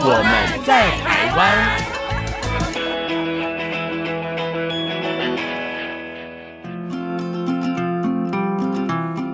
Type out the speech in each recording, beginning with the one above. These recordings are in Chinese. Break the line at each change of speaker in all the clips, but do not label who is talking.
我们在台湾。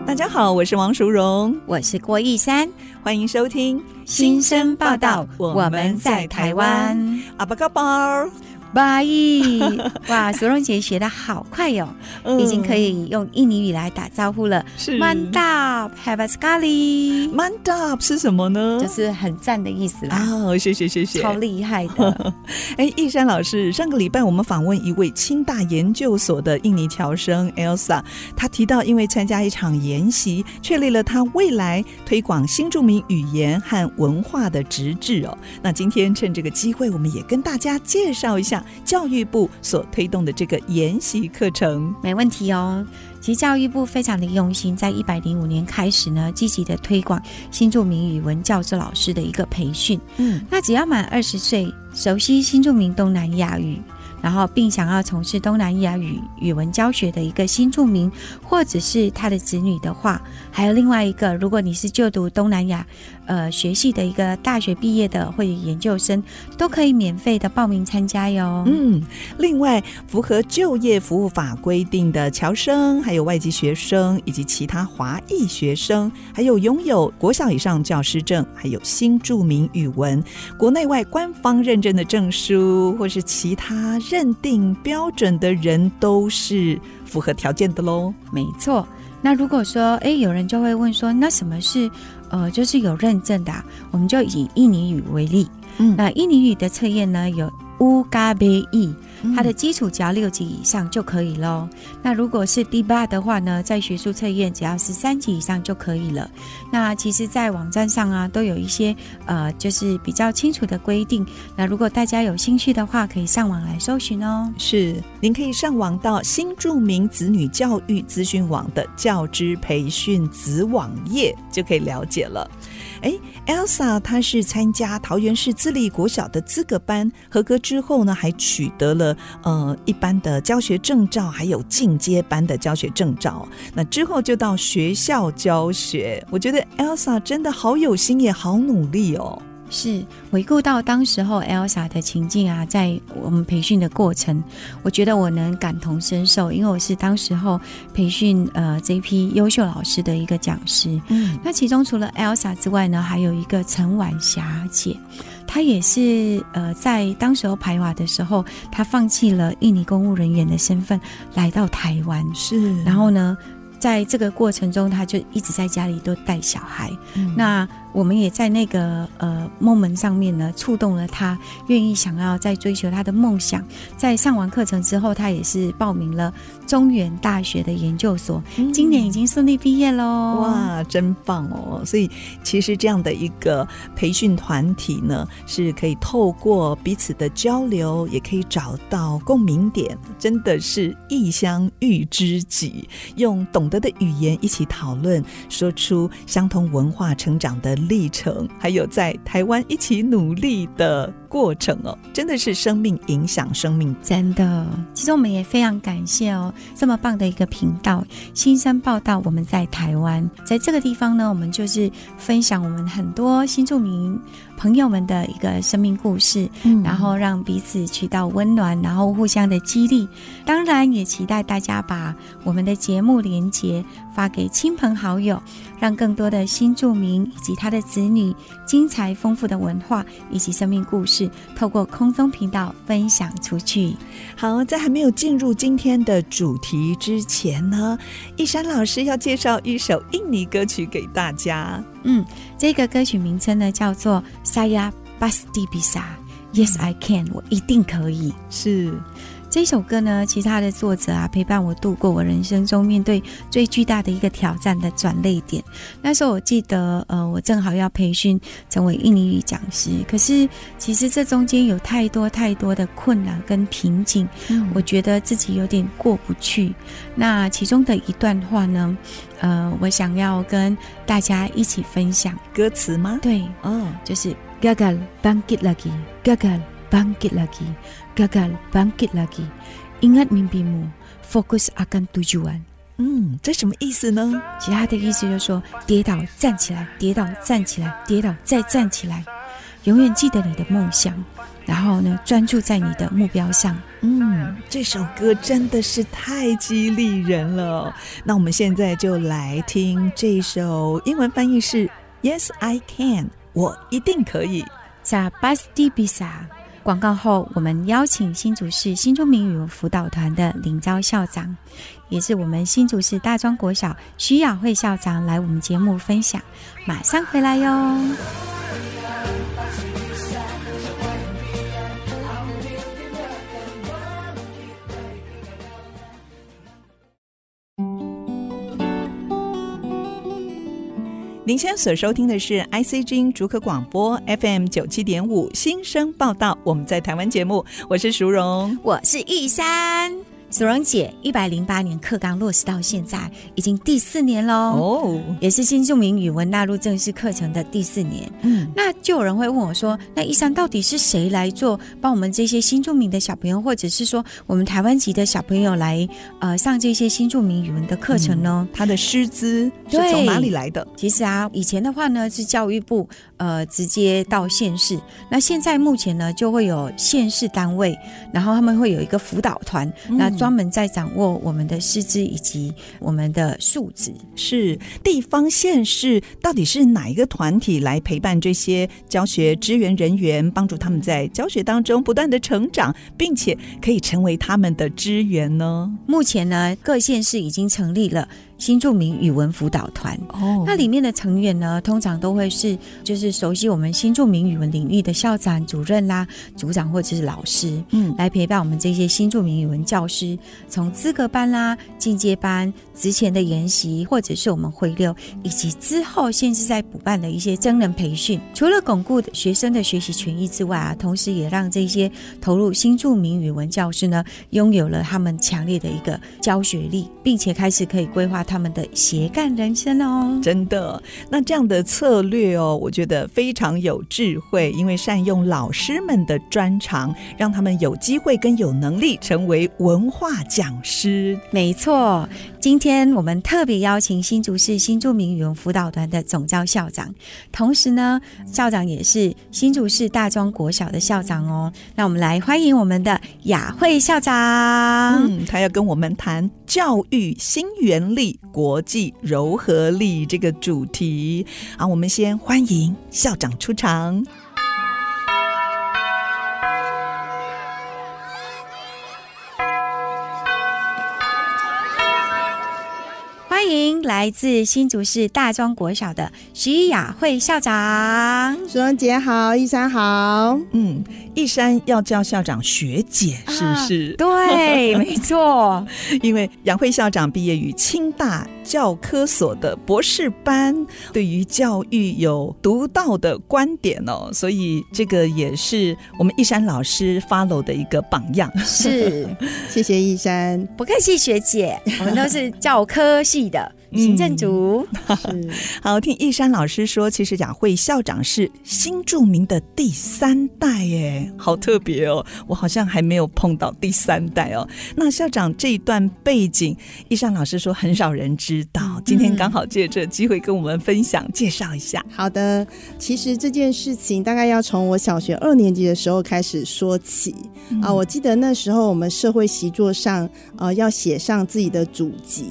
大家好，我是王淑荣，
我是郭义山，
欢迎收听《
新生报道》，我们在台湾。
阿巴嘎巴，
八亿哇！ 苏荣姐学的好快哟、
嗯
已经可以用印尼语来打招呼了。
嗯
是
Mantap, have a sekali，
Mandap 是什么呢？
就是很赞的意思啦，
啊，谢谢谢谢，
超厉害的。
哎，易山老师，上个礼拜我们访问一位清大研究所的印尼侨生 Elsa，她提到因为参加一场研习，确立了她未来推广新著名语言和文化的职志哦。那今天趁这个机会，我们也跟大家介绍一下教育部所推动的这个研习课程。
没问题哦。其实教育部非常的用心，在一百零五年开始呢，积极的推广新著名语文教师老师的一个培训。
嗯，
那只要满二十岁，熟悉新著名东南亚语，然后并想要从事东南亚语语文教学的一个新著名或者是他的子女的话，还有另外一个，如果你是就读东南亚呃学系的一个大学毕业的或者研究生，都可以免费的报名参加哟。
嗯，另外，符合就业服务法规定的侨生，还有外籍学生以及其他华裔学生，还有拥有国小以上教师证，还有新著名语文国内外官方认证的证书，或是其他认定标准的人，都是符合条件的喽。
没错。那如果说，诶，有人就会问说，那什么是呃，就是有认证的啊、我们就以印尼语为例。
嗯
那印尼语的测验呢，有乌嘎贝译，它的基础只要六级以上就可以喽。那如果是 D 八的话呢，在学术测验只要是三级以上就可以了。那其实，在网站上啊，都有一些呃，就是比较清楚的规定。那如果大家有兴趣的话，可以上网来搜寻哦。
是，您可以上网到新著名子女教育资讯网的教资培训子网页，就可以了解了。哎，Elsa 她是参加桃园市自立国小的资格班，合格之后呢，还取得了呃一般的教学证照，还有进阶班的教学证照。那之后就到学校教学，我觉得 Elsa 真的好有心，也好努力哦。
是回顾到当时候 Elsa 的情境啊，在我们培训的过程，我觉得我能感同身受，因为我是当时候培训呃这一批优秀老师的一个讲师。
嗯，
那其中除了 Elsa 之外呢，还有一个陈婉霞姐，她也是呃在当时候排瓦的时候，她放弃了印尼公务人员的身份，来到台湾。
是
然后呢，在这个过程中，她就一直在家里都带小孩。
嗯
那我们也在那个呃 moment 上面呢，触动了她，愿意想要再追求她的梦想。在上完课程之后，她也是报名了中原大学的研究所，今年已经顺利毕业喽。！
哇，真棒哦！所以其实这样的一个培训团体呢，是可以透过彼此的交流，也可以找到共鸣点，真的是异乡遇知己，用懂得的语言一起讨论，说出相同文化成长的历程，还有在台湾一起努力的过程哦，真的是生命影响生命。
真的，其实我们也非常感谢哦，这么棒的一个频道“新生报道”，我们在台湾，在这个地方呢，我们就是分享我们很多新住民朋友们的一个生命故事，
嗯
然后让彼此渠道温暖，然后互相的激励。当然，也期待大家把我们的节目连结发给亲朋好友，让更多的新住民以及他的子女，精彩丰富的文化以及生命故事，透过空中频道分享出去。
好，在还没有进入今天的主题之前呢，一山老师要介绍一首印尼歌曲给大家。
嗯，这个歌曲名称呢叫做《Saya Pasti Bisa》，Yes I Can，我一定可以。
是，
这首歌呢，其实它的作者啊，陪伴我度过我人生中面对最巨大的一个挑战的转泪点。那时候我记得，呃，我正好要培训成为印尼语讲师，可是其实这中间有太多太多的困难跟瓶颈，我觉得自己有点过不去。那其中的一段话呢，呃，我想要跟大家一起分享。
歌词吗？
对，
哦，
就是 gagal bangkit lagi, gagal bangkit lagi, gagal bangkit lagi. Ingat mimpimu, fokus akan tujuan.
嗯，这什么意思呢？
其实他的意思就是说，跌倒站起来，跌倒站起来，跌倒再站起来，永远记得你的梦想，然后呢，专注在你的目标上。
嗯，这首歌真的是太激励人了。那我们现在就来听这首，英文翻译是 “Yes I can”，我一定可以。
在 Basti Bisa 广告后，我们邀请新竹市新中民语文辅导团的林昭校长，也是我们新竹市大庄国小徐雅慧校长来我们节目分享。马上回来哟。
您现在所收听的是 IC 之音竹科广播 FM 九七点五新生报道，我们在台湾节目，我是淑荣。
我是玉山，苏荣姐，一百零八年课纲落实到现在已经第四年喽。
哦，
也是新著名语文纳入正式课程的第四年，
嗯，
那就有人会问我说：“那一山到底是谁来做帮我们这些新著名的小朋友，或者是说我们台湾籍的小朋友来呃上这些新著名语文的课程呢？”
他的师资是从
对
哪里来的？
其实啊，以前的话呢是教育部呃直接到县市，那现在目前呢就会有县市单位，然后他们会有一个辅导团，那专门在掌握我们的师资以及我们的素质。
是地方县市到底是哪一个团体来陪伴这些教学支援人员，帮助他们在教学当中不断的成长，并且可以成为他们的支援呢？
目前呢，各县市已经成立了新著名语文辅导团。
哦
那里面的成员呢，通常都会是就是熟悉我们新著名语文领域的校长、主任啦、组长或者是老师，
嗯
来陪伴我们这些新著名语文教师，从资格班啦、进阶班、之前的研习，或者是我们回流，以及之后甚至在补办的一些真人培训。除了巩固学生的学习权益之外啊，同时也让这些投入新著名语文教师呢，拥有了他们强烈的一个教学力，并且开始可以规划他们的斜杠人生哦。
真的，那这样的策略哦，我觉得非常有智慧，因为善用老师们的专长，让他们有机会跟有能力成为文化讲师。
没错，今天我们特别邀请新竹市新著名语文辅导团的总教校长，同时呢，校长也是新竹市大庄国小的校长哦。那我们来欢迎我们的雅慧校长。
嗯，他要跟我们谈教育新原力、国际柔和力这个主题。好，我们先欢迎校长出场。
欢迎来自新竹市大庄国小的徐雅慧校长。
淑荣姐好，一山好。
嗯，一山要叫校长学姐，是不是？
对，没 错，
因为杨慧校长毕业于清大教科所的博士班，对于教育有独到的观点哦，所以这个也是我们一山老师 follow 的一个榜样。
是
谢谢一山，
不客气，学姐，我们都是教科系的行政组。
是
好，听一山老师说，其实雅慧校长是新著名的第三代耶，好特别哦！我好像还没有碰到第三代哦。那校长这一段背景，一山老师说很少人知道，今天刚好借这机会跟我们分享介绍一下。
好的。其实这件事情大概要从我小学二年级的时候开始说起啊、我记得那时候我们社会习作上呃要写上自己的祖籍，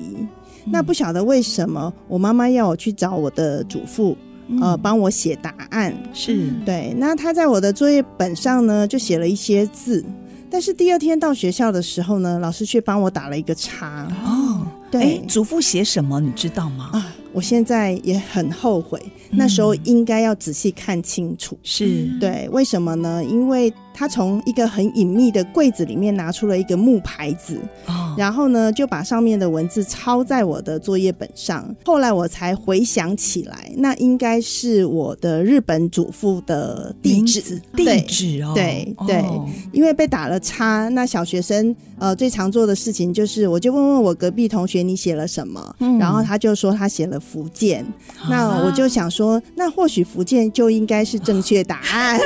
那不晓得为什么我妈妈要我去找我的祖父呃帮我写答案。
是
对，那他在我的作业本上呢，就写了一些字，但是第二天到学校的时候呢，老师却帮我打了一个叉。
哦，
对
哎，祖父写什么你知道吗？
啊，我现在也很后悔，
嗯
那时候应该要仔细看清楚。
是
对，为什么呢？因为他从一个很隐秘的柜子里面拿出了一个木牌子，
哦，
然后呢就把上面的文字抄在我的作业本上。后来我才回想起来，那应该是我的日本祖父的地
名
址
字，
对
地址哦，
对对
哦
因为被打了叉，那小学生呃最常做的事情就是，我就问问我隔壁同学你写了什么，
嗯啊
然后他就说他写了福建，那我就想说，那或许福建就应该是正确答 案，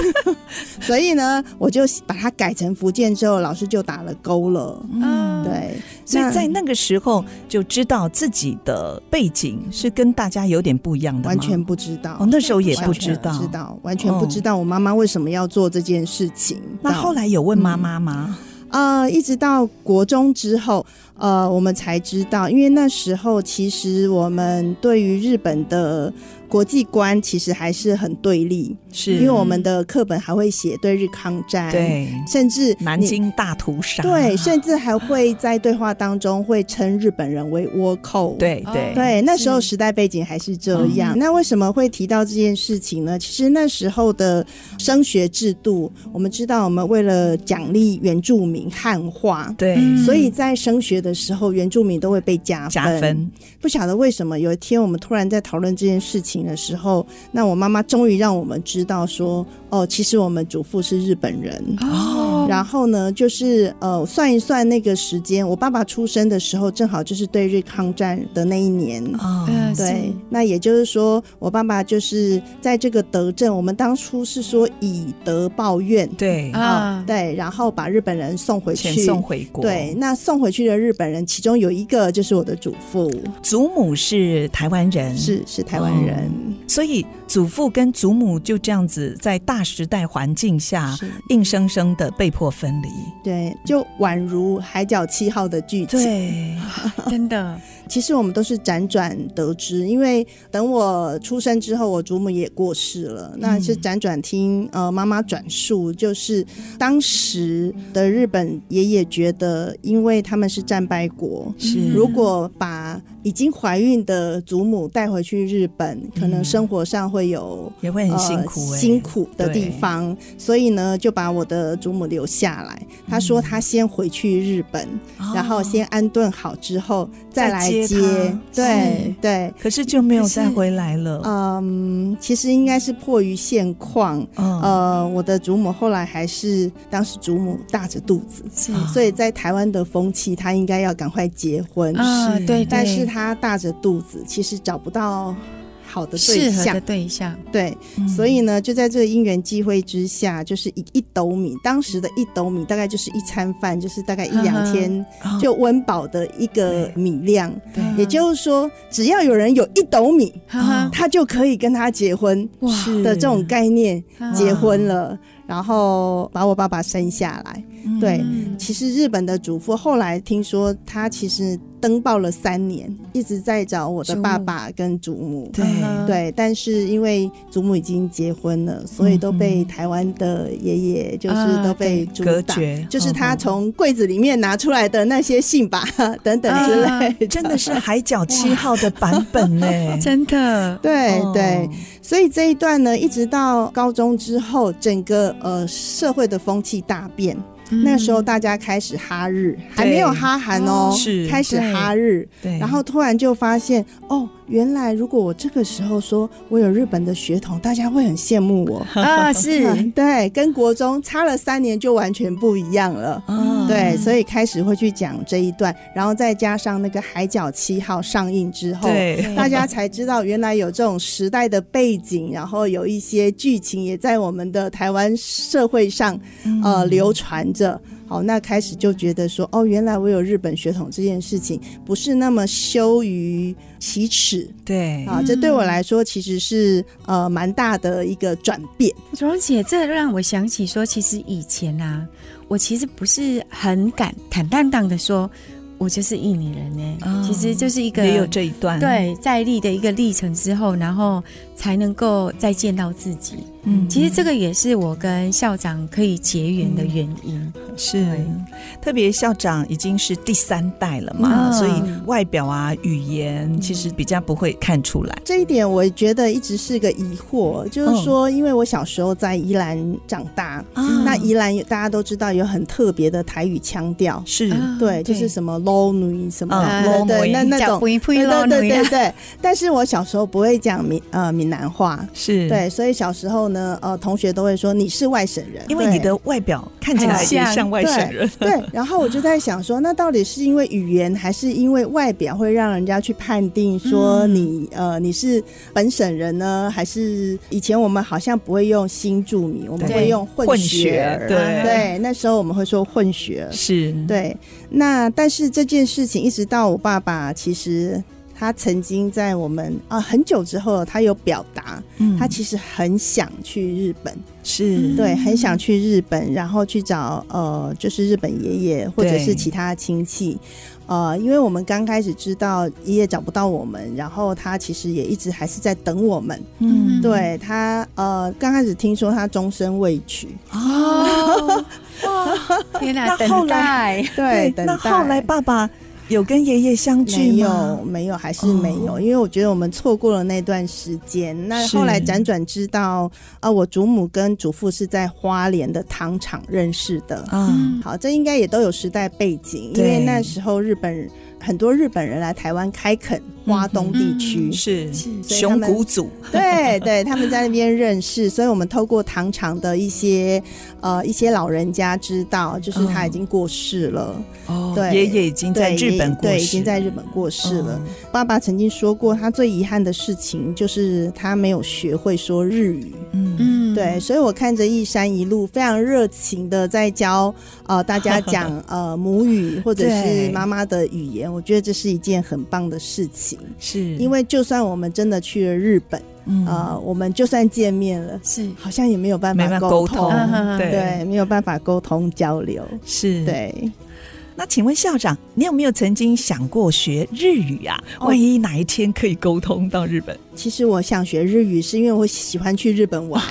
所以呢，我就把它改成福建之后，老师就打了勾了。
嗯，
对，
所以
那
在那个时候就知道自己的背景是跟大家有点不一样的吗，
完全不知道
哦，，那时候也不
完
知
全
道。哦
知道，完全不知道我妈妈为什么要做这件事情。
那后来有问妈妈吗？
呃，一直到国中之后，呃，我们才知道，因为那时候其实我们对于日本的国际观其实还是很对立，
是
嗯因为我们的课本还会写对日抗战，，
嗯对
甚至你
南。京大屠杀，
对，甚至还会在对话当中会称日本人为倭寇。
对
哦
对
对，那
是
时候时代背景还是这样。那为什么会提到这件事情呢？其实那时候的升学制度，我们知道，我们为了奖励原住民汉化，
对
嗯
所以在升学的时候，原住民都会被加分。
加分，
不晓得为什么，有一天我们突然在讨论这件事情的时候，那我妈妈终于让我们知道说，哦，其实我们祖父是日本人。
嗯
哦，
然后呢，就是呃，算一算那个时间，我爸爸出生的时候，正好就是对日抗战的那一年。
啊
嗯
对，那也就是说，我爸爸就是在这个德政，我们当初是说以德报怨，
对，
啊、
啊
对，然后把日本人送回去，
遣送回国。
对，，那送回去的日本人，其中有一个就是我的祖父，
祖母是台湾人，，
是是台湾人，
所以祖父跟祖母就这样子在大时代环境下
是
硬生生的被迫分离。
对，就宛如《海角七号》的剧情。
对，
真的，
其实我们都是辗转得知，因为等我出生之后，我祖母也过世了。
嗯
那是辗转听呃妈妈转述，就是当时的日本爷爷觉得，因为他们是战败国，
是
如果把已经怀孕的祖母带回去日本，可能生活上会有
也会嗯很辛苦、
呃
欸，
辛苦的地
对
方，所以呢，就把我的祖母留下来。她
嗯
说她先回去日本，
哦
然后先安顿好之后再来
再接
接。
她
对对，
可是就没有再回来了。
嗯，其实应该是迫于现况。
嗯，
呃，我的祖母后来还是当时祖母大着肚子，
是
所以在台湾的风气，她应该要赶快结婚。
啊，
是
对，对
但是她大着肚子，其实找不到好的对
适合
象
的。对象，
对，
嗯
所以呢，就在这个因缘际会之下，就是一一斗米，当时的一斗米大概就是一餐饭，就是大概一两天
嗯
就温饱的一个米量。
对
嗯
也就是说，只要有人有一斗米，
哈哈
哦
他就可以跟他结婚
哇
是
的这种概念
嗯
啊
结婚了，然后把我爸爸生下来。对
嗯
其实日本的祖父后来听说，他其实登报了三年，一直在找我的
祖母
爸爸跟祖母。
对
嗯哼
对，但是因为祖母已经结婚了，所以都被台湾的爷爷就是
啊
都被阻
嗯隔
挡，
绝
就是他
嗯哼
从柜子里面拿出来的那些信吧 等等之
啊
类 的
真的是《海角七号》的版本呢、
真的，
对
哦
对，所以这一段呢，一直到高中之后，整个呃社会的风气大变。
嗯
那时候
嗯
大家开始哈日，还没有哈韩哦，
哦是
开始哈日，
对，
然后突然就发现哦，原来如果我这个时候说我有日本的血统，大家会很羡慕我。
啊是
嗯，对，跟国中差了三年就完全不一样了。
嗯
对，所以开始会去讲这一段，然后再加上那个《海角七号》上映之后，
对
大家才知道原来有这种时代的背景，然后有一些剧情也在我们的台湾社会上呃流传着。好，那开始就觉得说，哦，原来我有日本血统这件事情不是那么羞于启齿
对
啊，这对我来说其实是呃蛮大的一个转变。
蓉蓉姐，这让我想起说，其实以前啊，我其实不是很敢坦荡荡的说，我就是印尼人呢、
哦
其实就是一个
也有这一段，
对在地的一个历程之后，然后才能够再见到自己。
嗯
其实这个也是我跟校长可以结缘的原因。
是
对，
特别校长已经是第三代了嘛，
嗯
所以外表啊、语言
嗯
其实比较不会看出来。
这一点我觉得一直是个疑惑，就是说，因为我小时候在宜兰长大，
啊
那宜兰大家都知道有很特别的台语腔调，
嗯是
啊
对，就是什么 low 女什么
嗯
的，对，那那
脚
种。
不一不一
对
捞
对
女
对对对，但是我小时候不会讲闽呃闽南话，
是，，
对，所以小时候呢，呃，同学都会说你是外省人，
因为
对
你的外表看起来
很
也
像
像外省人，
对，然后我就在想说，那到底是因为语言，还是因为外表会让人家去判定说
嗯
你、呃你是本省人呢，还是以前我们好像不会用新住民，我们
对
会用
混
血
血啊
儿，
对
对，那时候我们会说混血儿，
是，
对，那但是这件事情一直到我爸爸，其实他曾经在我们啊、很久之后，他有表达，
嗯
他其实很想去日本，
是，
对，很想去日本，然后去找呃，就是日本爷爷或者
对
是其他亲戚。呃，因为我们刚开始知道爷爷找不到我们，然后他其实也一直还是在等我们。
嗯，
对他，呃，刚开始听说他终身未娶，
哦，哇天哪，
那后
等
来
待
对，
哎
等
那
待
后来爸爸有跟爷爷相聚
没有，
吗？
没有，还是没有，
哦
因为我觉得我们错过了那段时间。那
是
后来辗转知道，啊，我祖母跟祖父是在花莲的糖厂认识的。
啊，
好，这应该也都有时代背景，因
对
为那时候日本很多日本人来台湾开垦花东地区，
是
所以他
熊
们
谷组，
对对，他们在那边认识，所以我们透过糖厂的一些呃一些老人家知道，就是他已经过世了，
哦
对
爷哦爷已经在
对
日
也
本过世，
对，已经在日本过世了。
哦，
爸爸曾经说过，他最遗憾的事情就是他没有学会说日语。
嗯，
嗯
对，所以我看着一山一路非常热情的在教呃大 家讲呃母语或者
对
是妈妈的语言，我觉得这是一件很棒的事情。
是
因为就算我们真的去了日本，
嗯
呃，我们就算见面了，
是
好像也没有办
没
法
办法沟
通
通，嗯
嗯嗯嗯
对，没有办法沟通交流，
是，。
对。
那请问校长，你有没有曾经想过学日语啊？
哦
万一哪一天可以沟通到日本？
其实我想学日语，是因为我喜欢去日本玩。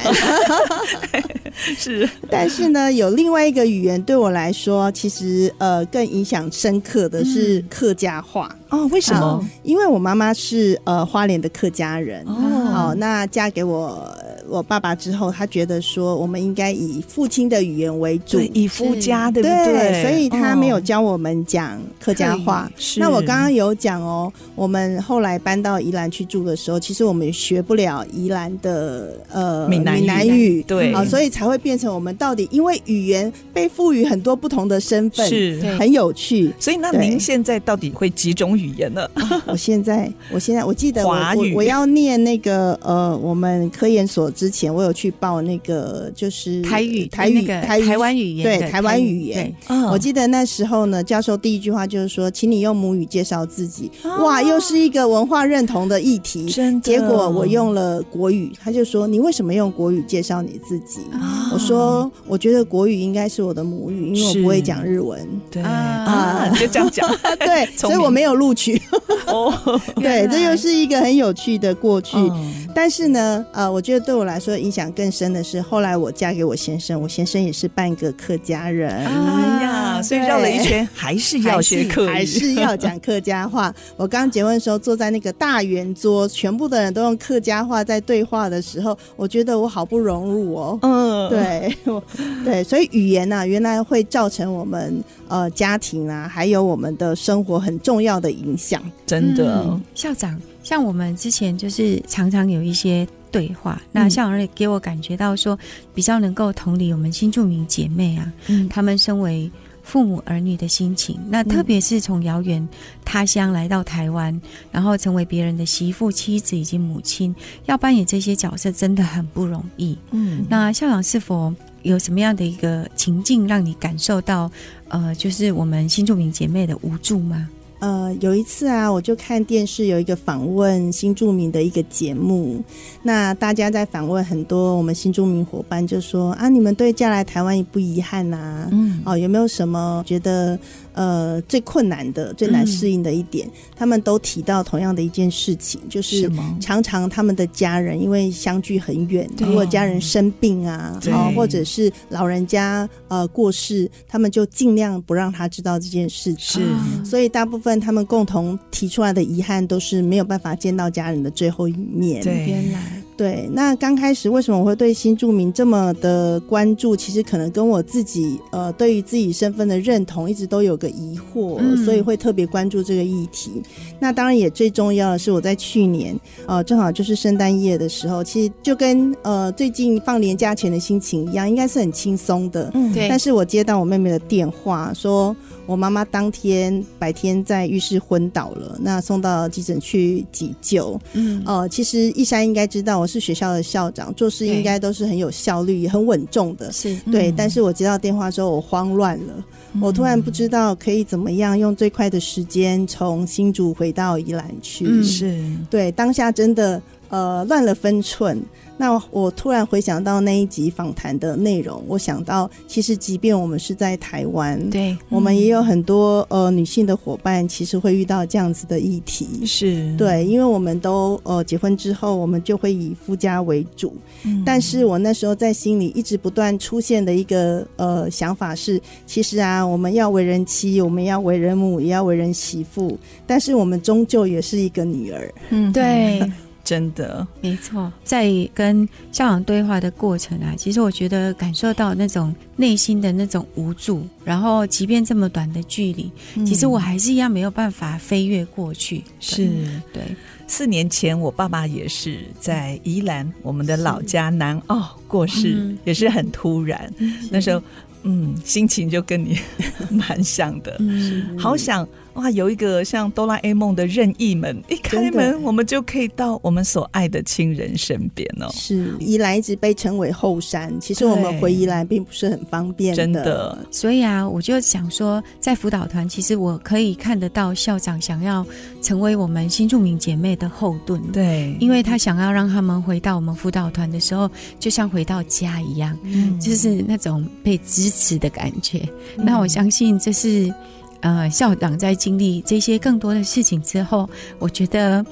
是
但是呢，有另外一个语言对我来说，其实呃更影响深刻的是
嗯
客家话，
哦，为什么
哦？
因为我妈妈是呃花莲的客家人。哦
哦，
那嫁给我呃我爸爸之后，他觉得说我们应该以父亲的语言为主
对，，以夫家，对不
对，所以他没有
哦
教我们讲客家话。
是
那我刚刚有讲哦，我们后来搬到宜兰去住的时候，其实我们也学不了宜兰的呃
闽南语
语，
对
啊、所以才会变成我们到底因为语言被赋予很多不同的身份，
是，
对
很 有趣。
所以那
对
您现在到底会几种语言呢？
我现在，我现在，我记得我
华
我
语
我要念那个呃，我们科研所之前，我有去报那个就是
台语
台语
那个
台语
台湾语言
对
的
台湾语言。
对
嗯
我记得那时候呢，教授第一句话就是说：“请你用母语介绍自己。
哦
哇，又是一个文化认同的议题。
真的
结果我用了国语，他就说：“你为什么用国语介绍你自己？”
啊
我说：“我觉得国语应该是我的母语，因为我
是
不会讲日文。
对啊，
啊
你就这样 讲
啊”对，
聪
所以我
明
没有 录取。
哦，
对，这又是一个很有趣的过去。
嗯
但是呢，呃，我觉得对我来说影响更深的是，后来我嫁给我先生，我先生也是半个客家人。
哎呀，所以绕了一圈还是要学客
啊还
语，
是要讲客 家话。我刚结婚的时候，坐在那个大圆桌，全部的人都用客家话在对话的时候，我觉得我好不融入哦。
嗯，
对，我对，所以语言呢、原来会造成我们呃家庭啊，还有我们的生活很重要的影响。
真的
嗯，校长，像我们之前就是常常有一些对话，那
嗯
校长也给我感觉到说，比较能够同理我们新住民姐妹啊，
嗯
她们身为。父母儿女的心情，那特别是从遥远他乡来到台湾，然后成为别人的媳妇、妻子以及母亲，要扮演这些角色真的很不容易。
嗯，
那校长是否有什么样的一个情境让你感受到，呃，就是我们新住民姐妹的无助吗？
呃，有一次啊，我就看电视有一个访问新住民的一个节目，那大家在访问很多我们新住民伙伴，就说啊，你们对嫁来台湾也不遗憾呐、
嗯
哦，有没有什么觉得呃最困难的、最难适应的一点，他们都提到同样的一件事情，就是
吗？
常常他们的家人因为相距很远，
对
如果家人生病啊，
对
哦或者是老人家呃过世，他们就尽量不让他知道这件事情。
是
啊
所以大部分他们共同提出来的遗憾都是没有办法见到家人的最后一面。
对，
原来
对，那刚开始为什么我会对新住民这么的关注？其实可能跟我自己呃对于自己身份的认同一直都有个疑惑，
嗯
所以会特别关注这个议题。那当然也最重要的是，我在去年呃正好就是圣诞夜的时候，其实就跟呃最近放年假前的心情一样，应该是很轻松的。
嗯
对
但是我接到我妹妹的电话，说我妈妈当天白天在浴室昏倒了，那送到急诊去急救。
嗯
呃，其实一山应该知道，我是学校的校长，做事应该都是很有效率、也很稳重的。
是嗯
对，
嗯
但是我接到电话之后，我慌乱了，我突然不知道可以怎么样用最快的时间从新竹回到宜兰去。
嗯
是
对，当下真的呃乱了分寸。那我我突然回想到那一集访谈的内容，我想到，其实即便我们是在台湾，
对嗯
我们也有很多呃女性的伙伴，其实会遇到这样子的议题。
是，
对，因为我们都呃结婚之后，我们就会以夫家为主。
嗯
但是我那时候在心里一直不断出现的一个呃想法是，其实啊，我们要为人妻，我们要为人母，也要为人媳妇，但是我们终究也是一个女儿。
嗯，
对，
真的
没错，在跟校长对话的过程啊，其实我觉得感受到那种内心的那种无助，然后即便这么短的距离，其实我还是一样没有办法飞跃过去。对
是。
对，
四年前，我爸爸也是在宜兰，我们的老家南澳过世，
嗯
也是很突然。那时候，嗯，心情就跟你 蛮像的，
嗯，
好想哇，有一个像哆啦 A 梦的任意门，一开
真的
门我们就可以到我们所爱的亲人身边哦。
是宜兰一直被称为后山，其实我们
对
回宜兰并不是很方便
真
的
的，
所以啊，我就想说，在辅导团，其实我可以看得到校长想要成为我们新住民姐妹的后盾。
对，
因为他想要让他们回到我们辅导团的时候，就像回到家一样，
嗯
就是那种被支持的感觉。那我相信这是，呃，校长在经历这些更多的事情之后，我觉得，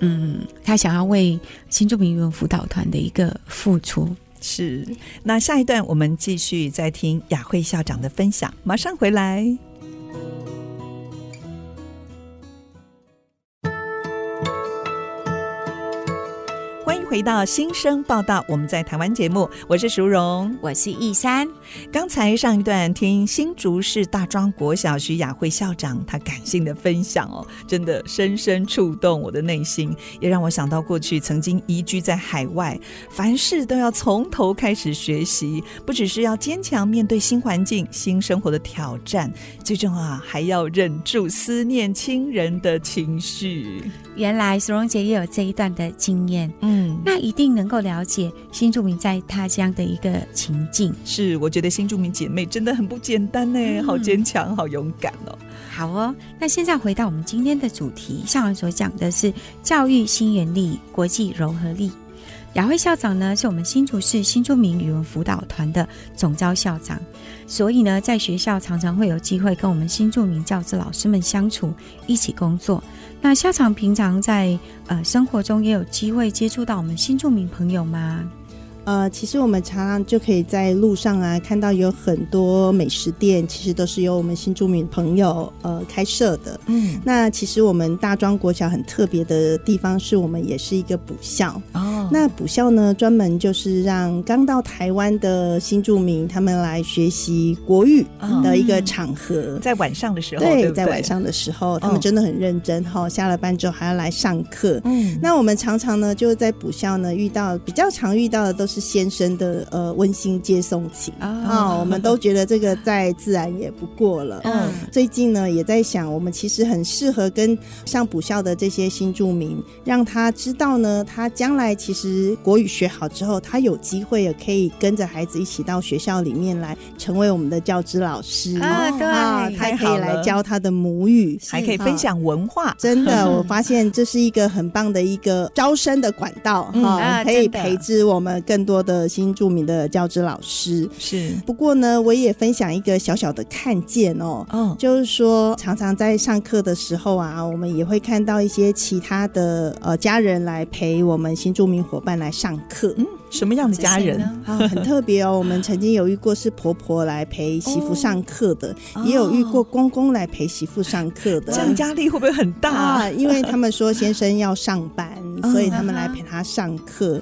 嗯，他想要为新住民语文辅导团的一个付出。
是。那下一段我们继续再听雅慧校长的分享，马上回来。欢迎回到新生报道，我们在台湾节目，我是淑荣，
我是易山，
刚才上一段听新竹市大庄国小徐雅慧校长她感性的分享哦，真的深深触动我的内心，也让我想到过去曾经移居在海外，凡事都要从头开始学习，不只是要坚强面对新环境、新生活的挑战，最重要啊还要忍住思念亲人的情绪。
原来苏荣姐也有这一段的经验，
嗯，
那一定能够了解新住民在他乡的一个情境。
是，我觉得新住民姐妹真的很不简单呢，好坚强，好勇敢哦。
好哦，那现在回到我们今天的主题，校长所讲的是教育新原力、国际柔和力。雅慧校长呢，是我们新竹市新住民语文辅导团的总招校长，所以呢，在学校常常会有机会跟我们新住民教职老师们相处，一起工作。那校长平常在呃生活中也有机会接触到我们新住民朋友吗？
呃，其实我们常常就可以在路上啊看到有很多美食店，其实都是由我们新住民朋友呃开设的。
嗯，
那其实我们大庄国小很特别的地方，是我们也是一个补校。
哦
那补校呢，专门就是让刚到台湾的新住民他们来学习国语的一个场合。
嗯在晚上的时候，
对，
对不对
在晚，上的时候，他
嗯
们真的很认真哈、下了班之后还要来上课。
嗯，
那我们常常呢，就是在补校呢遇到比较常遇到的都是先生的呃温馨接送情
哦
啊、
哦
我们都觉得这个再自然也不 过了。
嗯
最近呢，也在想，我们其实很适合跟上补校的这些新住民，让他知道呢，他将来其实国语学好之后，他有机会也可以跟着孩子一起到学校里面来，成为我们的教职老师
啊对
他
太
可
好
以来
了
教他的母语。啊
还可以分 享嗯啊文化。
真的，我发现这是一个很棒的一个招生的管道哈、
嗯
啊
可以
真的
培植我们更多的新著名的教职老师。
是，
不过呢，我也分享一个小小的看见哦，
哦，
就是说，常常在上课的时候啊，我们也会看到一些其他的呃家人来陪我们新住民伙伴来上课。
嗯，什么样的家
这谁
人？
呢
啊，很特别哦！我们曾经有遇过是婆婆来陪媳妇上课 的，
哦
也有遇过公公来陪媳妇上课的。
哦这样压力会不会很大啊？
啊，因为他们说先生要上班，所以他们来
嗯
陪他上课。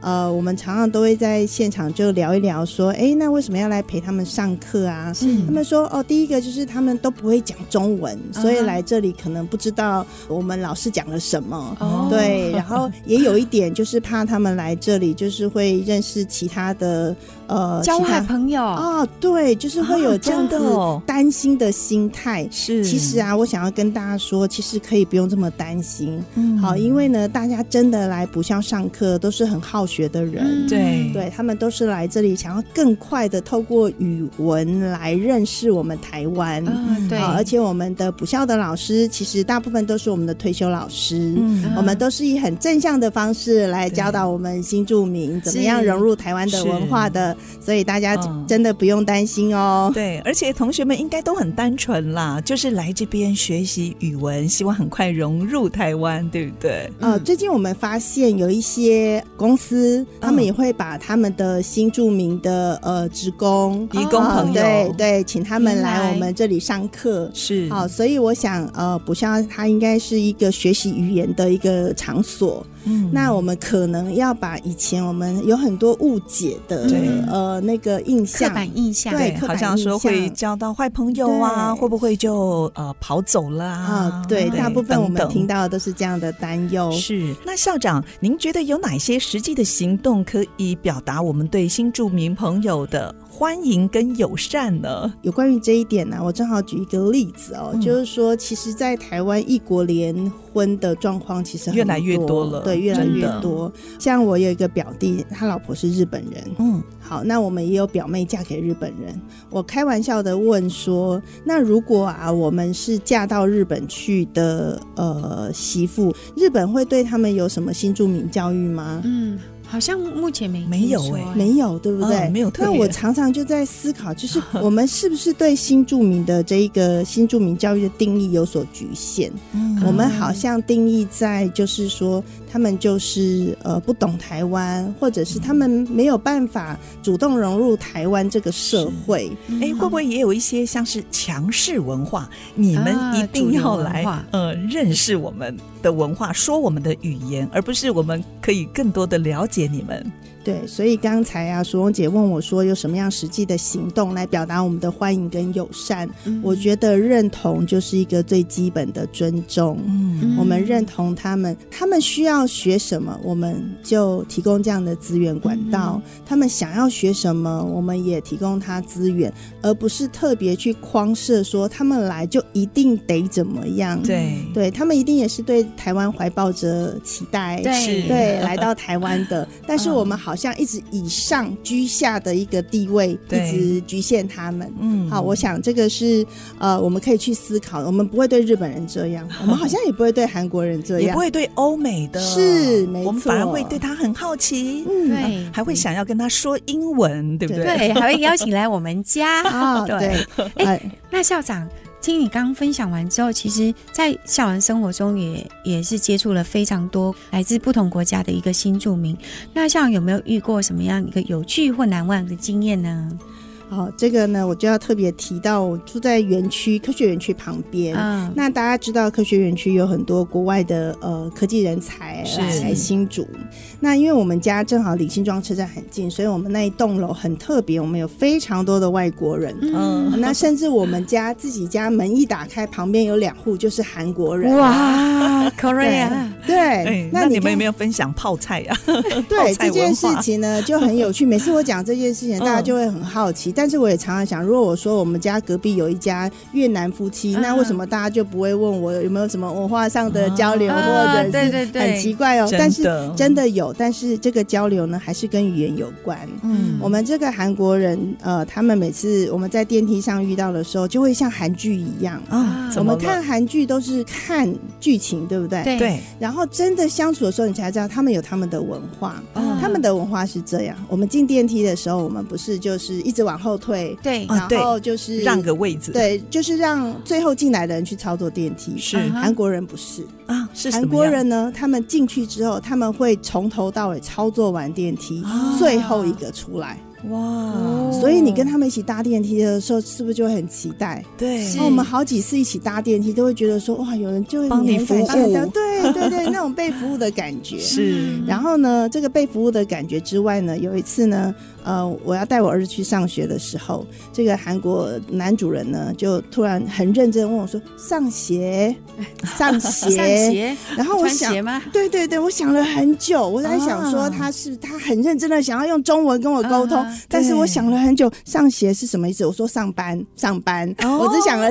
呃，我们常常都会在现场就聊一聊，说，哎，那为什么要来陪他们上课啊？
嗯
他们说哦，第一个就是他们都不会讲中文，所以
啊哈
来这里可能不知道我们老师讲了什么。
哦
对，然后也有一点就是怕他们来这里就是会认识其他的呃
交
其他
坏朋友，
哦，对，就是会有这样
啊真
子
的哦
担心的心
哦
态。
是，
其实啊，我想要跟大家说，其实可以不用这么担心。
嗯
好，因为呢，大家真的来不像上课都是很好学的人。
嗯
对
对他们都是来这里，想要更快的透过语文来认识我们台湾。
啊
嗯对，
好，而且我们的补校的老师，其实大部分都是我们的退休老师。
嗯
我们都是以很正向的方式来
对
教导我们新住民怎么
是
样融入台湾的
是
文化的，所以大家
嗯
真的不用担心哦。
对，而且同学们应该都很单纯啦，就是来这边学习语文，希望很快融入台湾，对不对？
呃，最近我们发现有一些公司，他们
嗯
也会把他们的新著名的呃职工、
移工
啊
朋友，
对对，请他们
原来
来我们这里上课。
是，
好，所以我想，呃，补校它应该是一个学习语言的一个场所。
嗯
那我们可能要把以前我们有很多误解的
对
呃那个印
刻
象，
板印象，
对刻
好
板
像说
印象
会交到坏朋友啊，
对
会不会就呃跑走了啊
啊？，对，大部分我们
等等
听到的都是这样的担忧。
是，哦那校长，您觉得有哪些实际的行动可以表达我们对新住民朋友的欢迎跟友善呢？
有关于这一点呢、我正好举一个例子哦，
嗯
就是说，其实，在台湾异国联婚的状况其实很
越来越多了
对，越来
真
越
的
多。像我有一个表弟，他老婆是日本人，
嗯，
好，那我们也有表妹嫁给日本人。我开玩笑的问说，那如果啊，我们是嫁到日本去的呃媳妇，日本会对他们有什么新住民教育吗？
啊
嗯，好像目前没
没有
哎、
哎
没有，对不对？
嗯没有特别
那我常常就在思考，就是我们是不是对新住民的这一个新住民教育的定义有所局限？
哎嗯
我们好像定义在就是说，他们就是呃不懂台湾，或者是他们没有办法主动融入台湾这个社会。
哎，会不会也有一些像是强势文化？你们
啊
一定要
主流
来、
文化
呃认识我们的文化，说我们的语言，而不是我们可以更多的了解你们。
对，所以刚才啊，苏荣姐问我说，有什么样实际的行动来表达我们的欢迎跟友善？
嗯
我觉得认同就是一个最基本的尊重。
嗯
嗯
我们认同他们，他们需要学什么，我们就提供这样的资源管道；
嗯
他们想要学什么，我们也提供他资源，而不是特别去框设说他们来就一定得怎么样。
对
对他们一定也是对台湾怀抱着期待，
对
是
对来到台 湾的。但
嗯
是我们好像一直以上居下的一个地位，
对
一直局限他们。
嗯
好，我想这个是呃，我们可以去思考，我们不会对日本人这 样，我们好像也不会对韩国人这
也
样，
不会对欧美的
是没
我们反而
错
会对他很好奇，
嗯
对，
还会想要跟他说英文，对不对？
对，还会邀请来我们家
啊，
对
对，
哎
哎，
那校长，听你刚分享完之后，其实，在校园生活中也也是接触了非常多来自不同国家的一个新住民。那校长有没有遇过什么样一个有趣或难忘的经验
嗯
呢？
好，这个呢，我就要特别提到，我住在园区科学园区旁边。
嗯，
那大家知道科学园区有很多国外的呃科技人才
是
来来新竹，那因为我们家正好离新庄车站很近，所以我们那一栋楼很特别，我们有非常多的外国人。
嗯
那甚至我们家自己家门一打开，旁边有两户就是韩国人。
哇，Korea，
对，
哎，
那
那你们有
看
没有分享泡菜呀、啊
对
泡菜
这件
文
事
化 嗯
情呢就很有趣？每次我讲这件事情，大家就会很好奇。但但是我也常常想，如果我说我们家隔壁有一家越南夫妻，
嗯
那为什么大家就不会问我有没有什么文化上的交流，
啊
或者
对
是
对对
很奇怪哦？
真的
但是真的有，但是这个交流呢，还是跟语言有关。
嗯
我们这个韩国人，呃，他们每次我们在电梯上遇到的时候，就会像韩剧一样。
啊，
嗯我
怎么
们
了
看哎韩剧都是看剧情，对不对？。
对
对
然后真的相处的时候，你才知道他们有他们的文化。
嗯
他们的文化是这样：我们进电梯的时候，我们不是就是一直往后退，
对
啊对
然后就是
让个位置
对，就是让最后进来的人去操作电梯。
是
啊哈
韩国人不是，
啊，是什
韩
么
国
样
人呢，他们进去之后，他们会从头到尾操作完电梯，
哦
最后一个出来。
哇，
哦
所以你跟他们一起搭电梯的时候，是不是就会很期待？
对
是
那我们好几次一起搭电梯，都会觉得说哇，有人就
帮你
很感
服
谢
务
的对对对，那种被服务的感觉。
是
然后呢，这个被服务的感觉之外呢，有一次呢，呃，我要带我儿子去上学的时候，这个韩国男主人呢，就突然很认真地问我说：“ 上鞋，上鞋。
上鞋，
然后我
呃穿
想
鞋。吗？
对对对，我想了很久，我在想说
啊
他是、他很认真的想要用中文跟我沟通，
啊
但是我
对
想了很久，上学是什么意思？我说上班上班，
哦
我只想了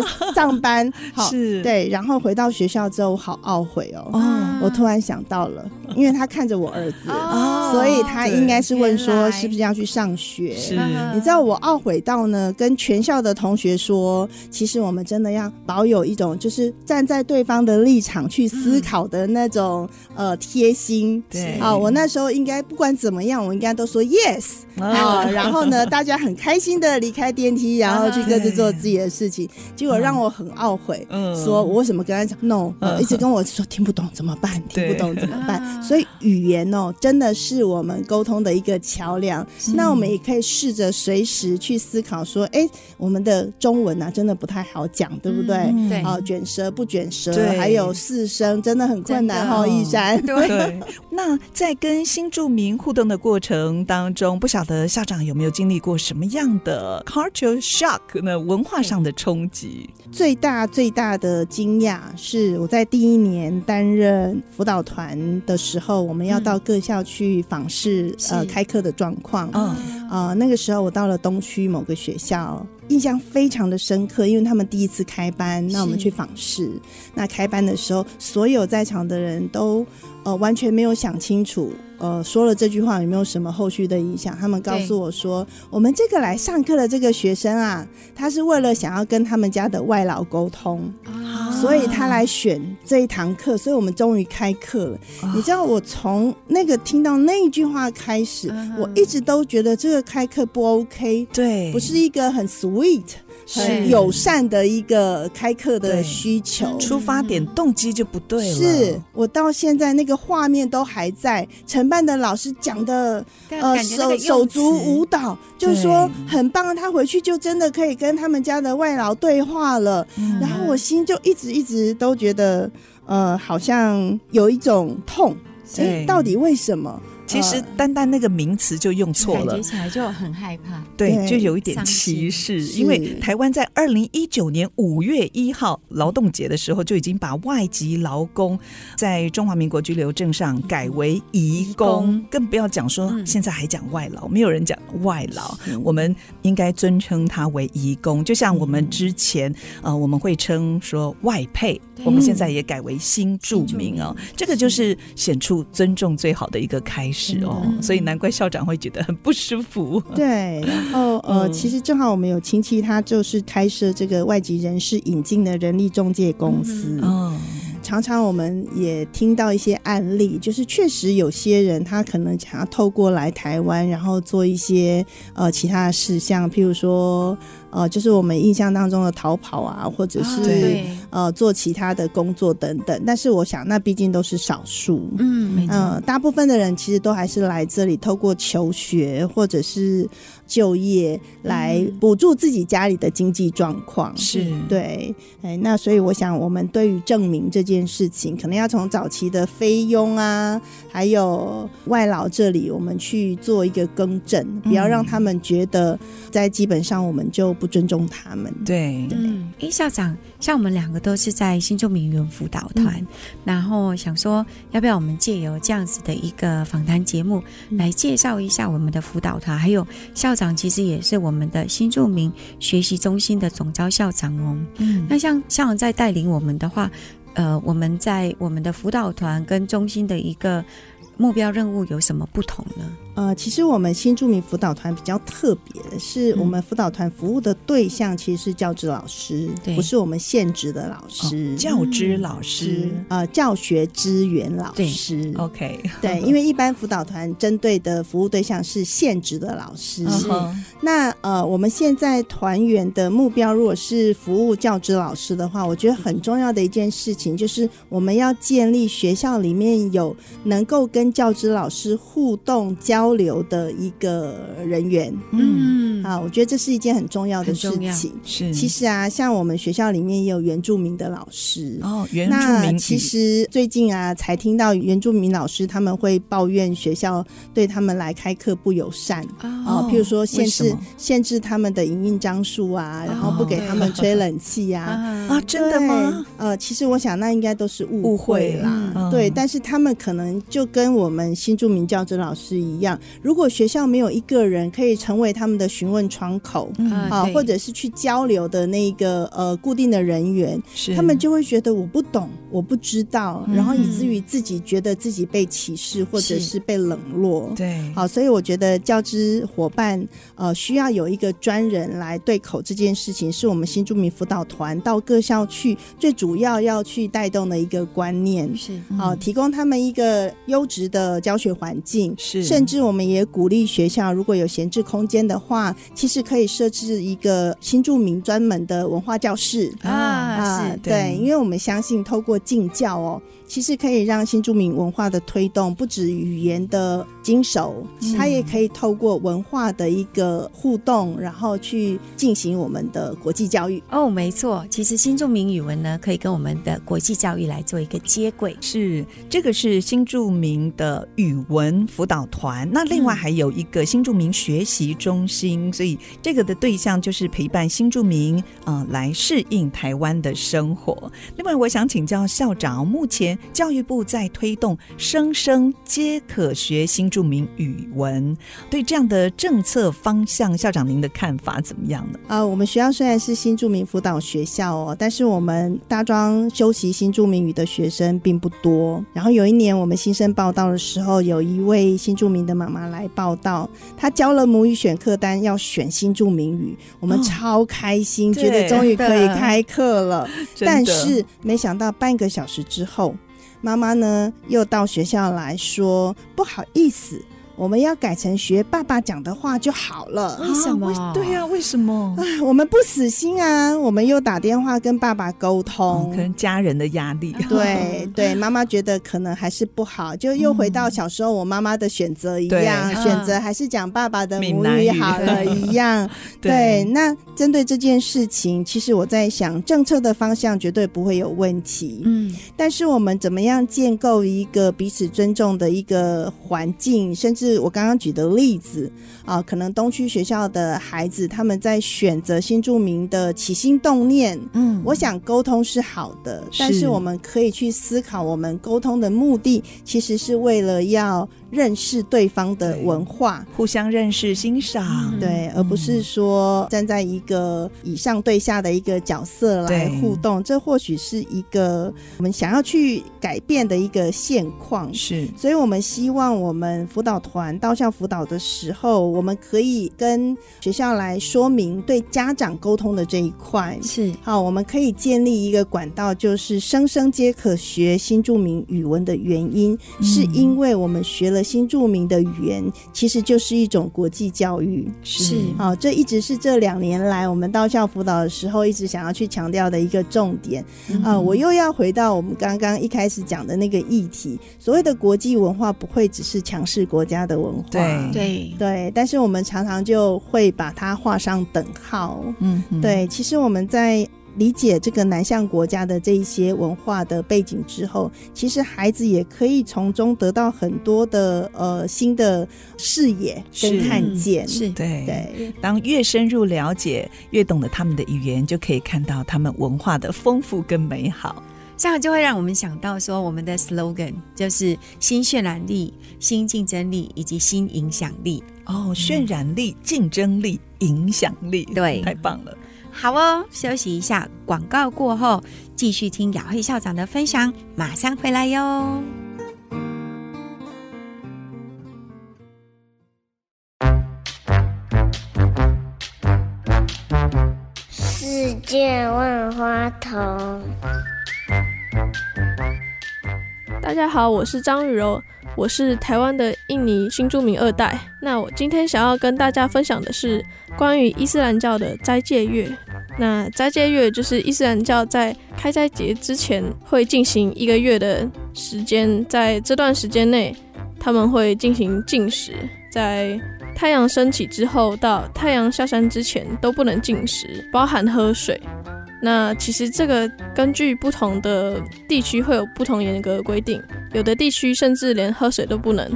上班，好
是
对，然后回到学校之后，我好懊悔哦，
哦
我突然想到了，因为他看着我儿子，
嗯哦
所以他应该是问
原
说
来
是不是要去上学。
是
嗯
你知道我懊悔到呢，跟全校的同学说，其实我们真的要保有一种就是站在对方的立场去
嗯
思考的那种、呃贴心。
对
啊、我那时候应该不管怎么样，我应该都说 yes
哦
嗯
啊、然后呢，大家很开心的离开电梯，然
啊
后去各自做自己的事情，结果让我很懊悔。
嗯
说我为什么跟他讲 no，、呃
嗯
一直跟我说听不懂怎么办，听不
对
懂怎么
啊
办？所以语言哦，真的是我们沟通的一个桥梁。那我们也可以试着随时去思考说，哎，我们的中文啊，真的不太好讲，对不对？
嗯
对
哦，卷舌不卷舌
对，
还有四声，真的很困难
真的
哦，一山。
对，那在跟新住民互动的过程当中，不晓得校长有没有经历过什么样的 culture shock 呢？文化上的冲击
最大最大的惊讶是我在第一年担任辅导团的时候，我们要到各校去访视、呃
是
开课的状况。
嗯
呃，那个时候我到了东区某个学校，印象非常的深刻，因为他们第一次开班，那我们
是
去访视。那开班的时候，所有在场的人都呃完全没有想清楚，呃说了这句话有没有什么后续的影响？他们告
对
诉我说，我们这个来上课的这个学生啊，他是为了想要跟他们家的外劳沟通，
哦啊
所以他来选这一堂课，所以我们终于开课了。你知道，我从那个听到那一句话开始，
嗯哼
我一直都觉得这个开课不 OK，
对，
不是一个很 sweet、很友善的一个开课的
对
需求。
出发点动机就不对了，
嗯是我到现在那个画面都还在，承办的老师讲的呃手手足舞蹈，就是说很棒，他回去就真的可以跟他们家的外劳对话了。
嗯
然后我心就一直一直都觉得，呃，好像有一种痛，
对
哎，到底为什么？
其实
呃
单单那个名词就用错
感
了
觉。起来就很害怕。
对，
对
就有一点
伤
歧
心
视，
是
因为台湾在二零一九年五月一号劳动节的时候，就已经把外籍劳工在中华民国居留证上改为移
移
工，
工
更不要讲说
嗯
现在还讲外劳，没有人讲外劳，我们应该尊称他为移工。就像我们之前、呃，我们会称说外配，我们现在也改为新住民哦，这个就是显出尊重最好的一个开始哦，
真的
所以难怪校长会觉得很不舒服。
嗯
对，然后呃，其实正好我们有亲戚，他就是开设这个外籍人士引进的人力中介公司。
嗯
哦，
常常我们也听到一些案例，就是确实有些人他可能想要透过来台湾，然后做一些呃其他的事项，譬如说呃，就是我们印象当中的逃跑啊，或者是、
啊
对
对，
呃做其他的工作等等。但是我想，那毕竟都是少数。
嗯，没错，
嗯，大部分的人其实都还是来这里透过求学或者是就业来补助自己家里的经济状况。
是
对，哎，那所以我想，我们对于证明这件事情，可能要从早期的菲佣啊，还有外劳这里，我们去做一个更正，不要让他们觉得在基本上我们就不尊重他们。
对，
嗯，诶，校长，像我们两个都是在新住民园辅导团，
嗯
然后想说，要不要我们
嗯
借由这样子的一个访谈节目，来介绍一下我们的辅导团，还有校长长其实也是我们的新住民学习中心的总招校长哦。
嗯
那像校长在带领我们的话，呃，我们在我们的辅导团跟中心的一个目标任务有什么不同呢？
呃，其实我们新住民辅导团比较特别的
嗯
是，我们辅导团服务的对象其实是教职老师，
对
不是我们现职的老师。
哦教职老师
师。呃，教学资源老
对
师，
OK，
对，因为一般辅导团针对的服务对象是现职的老师，
嗯
是
哼
那呃，我们现在团员的目标，如果是服务教职老师的话，我觉得很重要的一件事情就是我们要建立学校里面有能够跟教职老师互动交流的一个人员、
嗯，
啊，我觉得这是一件很重要的
很
事
重要
情。
是，
其实啊，像我们学校里面也有原住民的老师，
哦，原住
那
民
其
语
实最近啊，才听到原住民老师他们会抱怨学校对他们来开课不友善哦，譬如说限
为什
制
么哦
限制他们的营运张数啊，然后不给他们吹冷气呀、
啊，
啊，
真的吗？
对？呃，其实我想那应该都是
误
误
会
会啦。
嗯
对，但是他们可能就跟我们新住民教职老师一样，如果学校没有一个人可以成为他们的询问窗口
嗯
啊
啊、
对
或者是去交流的那个呃固定的人员，
是
他们就会觉得我不懂，我不知道，
嗯
然后以至于自己觉得自己被歧视或者
是
是被冷落。
对，
好，所以我觉得教资伙伴呃需要有一个专人来对口这件事情，是我们新住民辅导团到各校去最主要要去带动的一个观念。
是嗯
好、提供他们一个优质的教学环境。
是，
甚至我们也鼓励学校，如果有闲置空间的话，其实可以设置一个新住民专门的文化教室。
啊，
啊，
是
对，因为我们相信透过敬教哦，其实可以让新住民文化的推动，不止语言的精熟，
嗯
它也可以透过文化的一个互动，然后去进行我们的国际教育。
哦，没错，其实新著名语文呢，可以跟我们的国际教育来做一个接轨。
是，这个是新著名的语文辅导团，那另外还有一个新著名学习中心，所以这个的对象就是陪伴新著名啊、呃来适应台湾的生活。另外，我想请教校长，目前教育部在推动“生生皆可学新著名语文”，对这样的政策方向，校长您的看法怎么样呢？
呃，我们学校虽然是新住民辅导学校哦，但是我们大庄修习新住民语的学生并不多。然后有一年我们新生报道的时候，有一位新住民的妈妈来报道，她教了母语选课单，要选新住民语，我们
哦
超开心，
对
觉得终于可以
真的
开课了。
真
但
的
是没想到半个小时之后，妈妈呢又到学校来说不好意思，我们要改成学爸爸讲的话就好了。
为什
啊
么
对呀、为什么？
啊， 我们不死心啊，我们又打电话跟爸爸沟
哦
通。，
可能家人的压力。
啊对对，妈妈觉得可能还是不好，就又回到小时候我妈妈的选择一样，
对
选择还是讲爸爸的
闽
母
南
语
语
好了 一样。对，那针对这件事情，其实我在想，政策的方向绝对不会有问题。
嗯，
但是我们怎么样建构一个彼此尊重的一个环境？甚至我刚刚举的例子啊、可能东区学校的孩子他们在选择新住民的起心动念，
嗯
我想沟通是好的，但
是
是我们可以去思考，我们沟通的目的其实是为了要认识对方的
对
文化。
互相认识、欣赏
嗯，
对，而不是说站在一个以上对下的一个角色来
对
互动，这或许是一个我们想要去改变的一个现况。
是
所以，我们希望我们辅导团到校辅导的时候，我们可以跟学校来说明对家长沟通的这一块。
是
好，我们可以建立一个管道，就是生生皆可学新著名语文的原因，是
嗯
因为我们学了新著名的语言，其实就是一种国际教育。
是
好、这一直是这两年来我们到校辅导的时候一直想要去强调的一个重点。
嗯
呃，我又要回到我们刚刚一开始讲的那个议题，所谓的国际文化不会只是强势国家的文化，
对
对，
对，但是我们常常就会把它画上等号。
嗯，
对，其实我们在理解这个南向国家的这一些文化的背景之后，其实孩子也可以从中得到很多的呃新的视野跟
是
看见。
嗯是
对。
对，
当越深入了解，越懂得他们的语言，就可以看到他们文化的丰富跟美好。
这样就会让我们想到说，我们的 slogan 就是新渲染力、新竞争力以及新影响力。
哦，渲染力、竞争力、影响力，
对
太棒了。
好哦，休息一下，广告过后继续听雅慧校长的分享，马上回来哟。
世界万花筒。
大家好，我是张雨柔，我是台湾的印尼新住民二代。那我今天想要跟大家分享的是关于伊斯兰教的斋戒月。那斋戒月就是伊斯兰教在开斋节之前会进行一个月的时间，在这段时间内，他们会进行禁食，在太阳升起之后到太阳下山之前都不能进食，包含喝水。那其实这个根据不同的地区会有不同严格的规定，有的地区甚至连喝水都不能。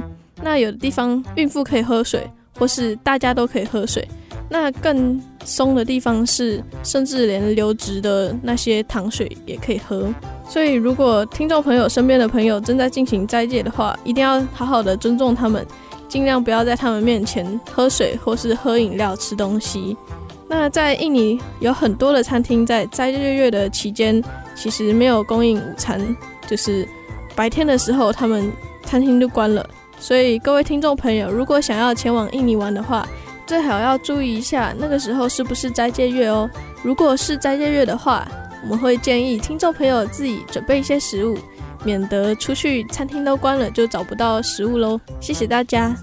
那有的地方孕妇可以喝水，或是大家都可以喝水。那更松的地方是，甚至连流质的那些糖水也可以喝。所以，如果听众朋友身边的朋友正在进行斋戒的话，一定要好好的尊重他们，尽量不要在他们面前喝水或是喝饮料、吃东西。那在印尼有很多的餐厅在斋戒月的期间，其实没有供应午餐，就是白天的时候他们餐厅就关了。所以各位听众朋友，如果想要前往印尼玩的话，最好要注意一下那个时候是不是斋戒月哦。如果是斋戒月的话，我们会建议听众朋友自己准备一些食物，免得出去餐厅都关了就找不到食物喽。谢谢大家。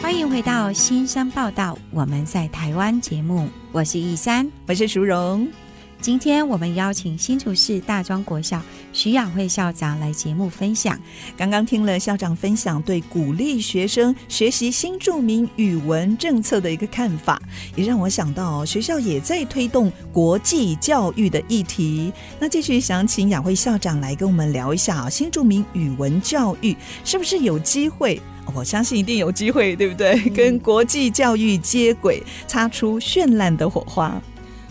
欢迎回到《新生报道》，我们在台湾节目，我是易珊。
我是淑荣，
今天我们邀请新竹市大庄国校徐雅慧校长来节目分享。
刚刚听了校长分享对鼓励学生学习新著名语文政策的一个看法，也让我想到、哦、学校也在推动国际教育的议题。那继续想请雅慧校长来跟我们聊一下啊、哦，新著名语文教育是不是有机会？哦我相信一定有机会，对不对？
嗯
跟国际教育接轨，擦出绚烂的火花。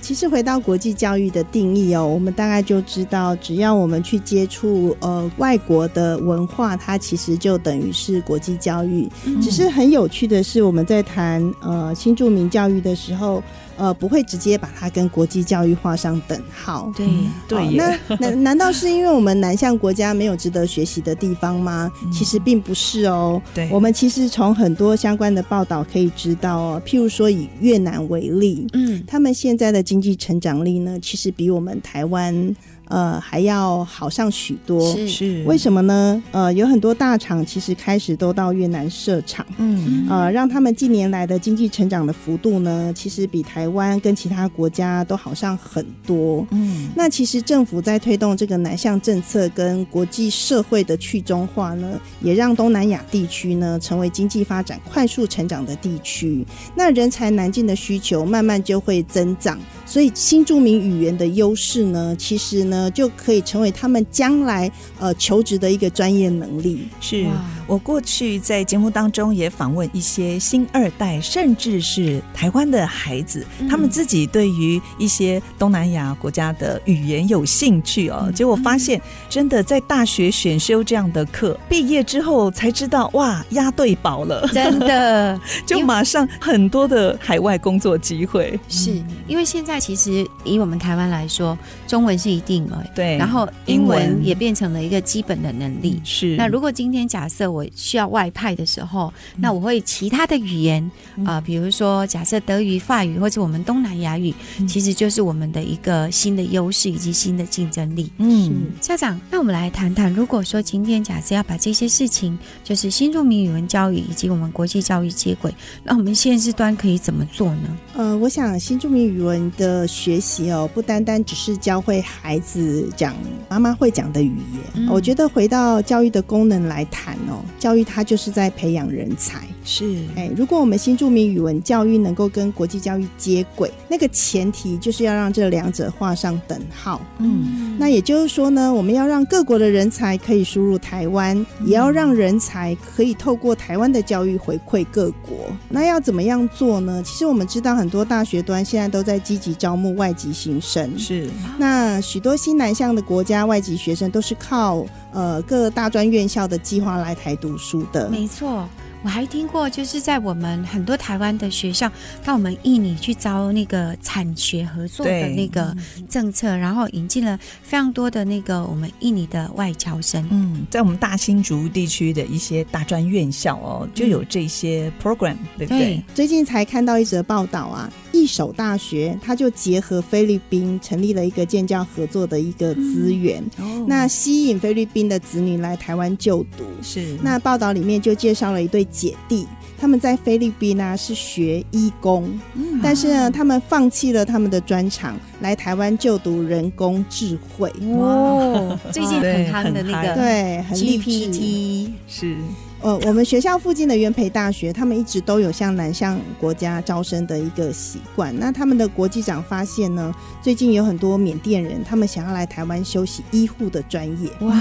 其实回到国际教育的定义哦，我们大概就知道，只要我们去接触呃外国的文化，它其实就等于是国际教育。
嗯
只是很有趣的是，我们在谈呃新著名教育的时候，呃不会直接把它跟国际教育画上等号。
对，
嗯对
好
耶，
那难难道是因为我们南向国家没有值得学习的地方吗？其实并不是哦。
哎
对
我们其实从很多相关的报道可以知道哦，譬如说以越南为例，
嗯，
他们现在的经济成长力呢，其实比我们台湾呃还要好上许多。
是，
是
为什么呢？呃，有很多大厂其实开始都到越南设厂，
嗯
呃，让他们近年来的经济成长的幅度呢，其实比台湾跟其他国家都好上很多。
嗯
那其实政府在推动这个南向政策跟国际社会的去中化呢，也让东南亚地区呢成为经济发展快速成长的地区。那人才南进的需求慢慢就会增长，所以新著名语言的优势呢，其实呢就可以成为他们将来呃求职的一个专业能力。
是
哇
我过去在节目当中也访问一些新二代，甚至是台湾的孩子，
嗯
他们自己对于一些东南亚国家的语言有兴趣
嗯
哦。结果发现，真的在大学选修这样的课，毕业之后才知道，哇，押对宝了，
真的。
就马上很多的海外工作机会。
是嗯因为现在其实以我们台湾来说，中文是一定了，
对，
然后英
英
文
文嗯
也变成了一个基本的能力。
是
那如果今天假设我需要外派的时候，
嗯
那我会其他的语言啊、比如说假设德语、法语或者我们东南亚语，
嗯
其实就是我们的一个新的优势以及新的竞争力。
嗯
校长，那我们来谈谈，如果说今天假设要把这些事情，就是新入民语文教育以及我们国际教育接轨，那我们现实端可以怎么做呢？
呃，我想新著名语文的学习哦，不单单只是教会孩子讲妈妈会讲的语言。
嗯
我觉得回到教育的功能来谈哦，教育它就是在培养人才。
是，
嗯
哎，如果我们新著名语文教育能够跟国际教育接轨，那个前提就是要让这两者画上等号。
嗯，
那也就是说呢，我们要让各国的人才可以输入台湾，
嗯
也要让人才可以透过台湾的教育回馈各国。那要怎么样做呢？其实我们知道很多大学端现在都在积极招募外籍新生，
是，
那许多新南向的国家外籍学生都是靠呃各大专院校的计划来台读书的。
没错，我还听过，就是在我们很多台湾的学校到我们印尼去招那个产学合作的
对
那个政策，然后引进了非常多的那个我们印尼的外侨生。
嗯，在我们大新竹地区的一些大专院校哦，就有这些 program，、对不对
对？
最近才看到一则报道啊，一手大学它就结合菲律宾成立了一个建教合作的一个资源，
哦
那吸引菲律宾的子女来台湾就读。
是
那报道里面就介绍了一对姐弟，他们在菲律宾呢、啊是学医工，
嗯
但是呢，他们放弃了他们的专长，来台湾就读人工智慧。
哦，最近很
对
夯的那
很
个
夯
对，很励志。
GPT，
是
呃，我们学校附近的元培大学，他们一直都有向南向国家招生的一个习惯。那他们的国际长发现呢，最近有很多缅甸人，他们想要来台湾修习医护的专业。
哇，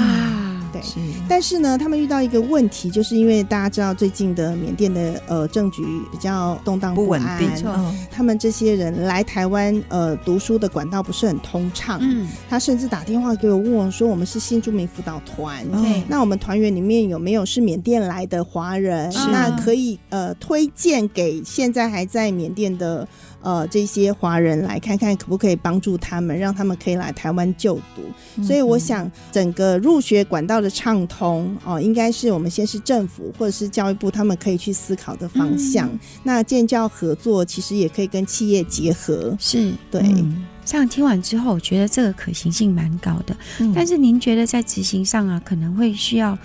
对
是，
但是呢，他们遇到一个问题，就是因为大家知道最近的缅甸的呃政局比较动荡
不稳
安，
定
没，错
嗯
他们这些人来台湾呃读书的管道不是很通畅。
嗯，
他甚至打电话给我问我说，我们是新住民辅导团，
哦
对
那我们团员里面有没有是缅甸来的华人？
是
那可以呃推荐给现在还在缅甸的呃这些华人来看看，可不可以帮助他们，让他们可以来台湾就读。
嗯
所以我想，整个入学管道的畅通哦、应该是我们先是政府或者是教育部他们可以去思考的方向。
嗯
那建教合作其实也可以跟企业结合，
是。
对。
嗯
这样听完之后，我觉得这个可行性蛮高的。
嗯
但是您觉得在执行上啊，可能会需要，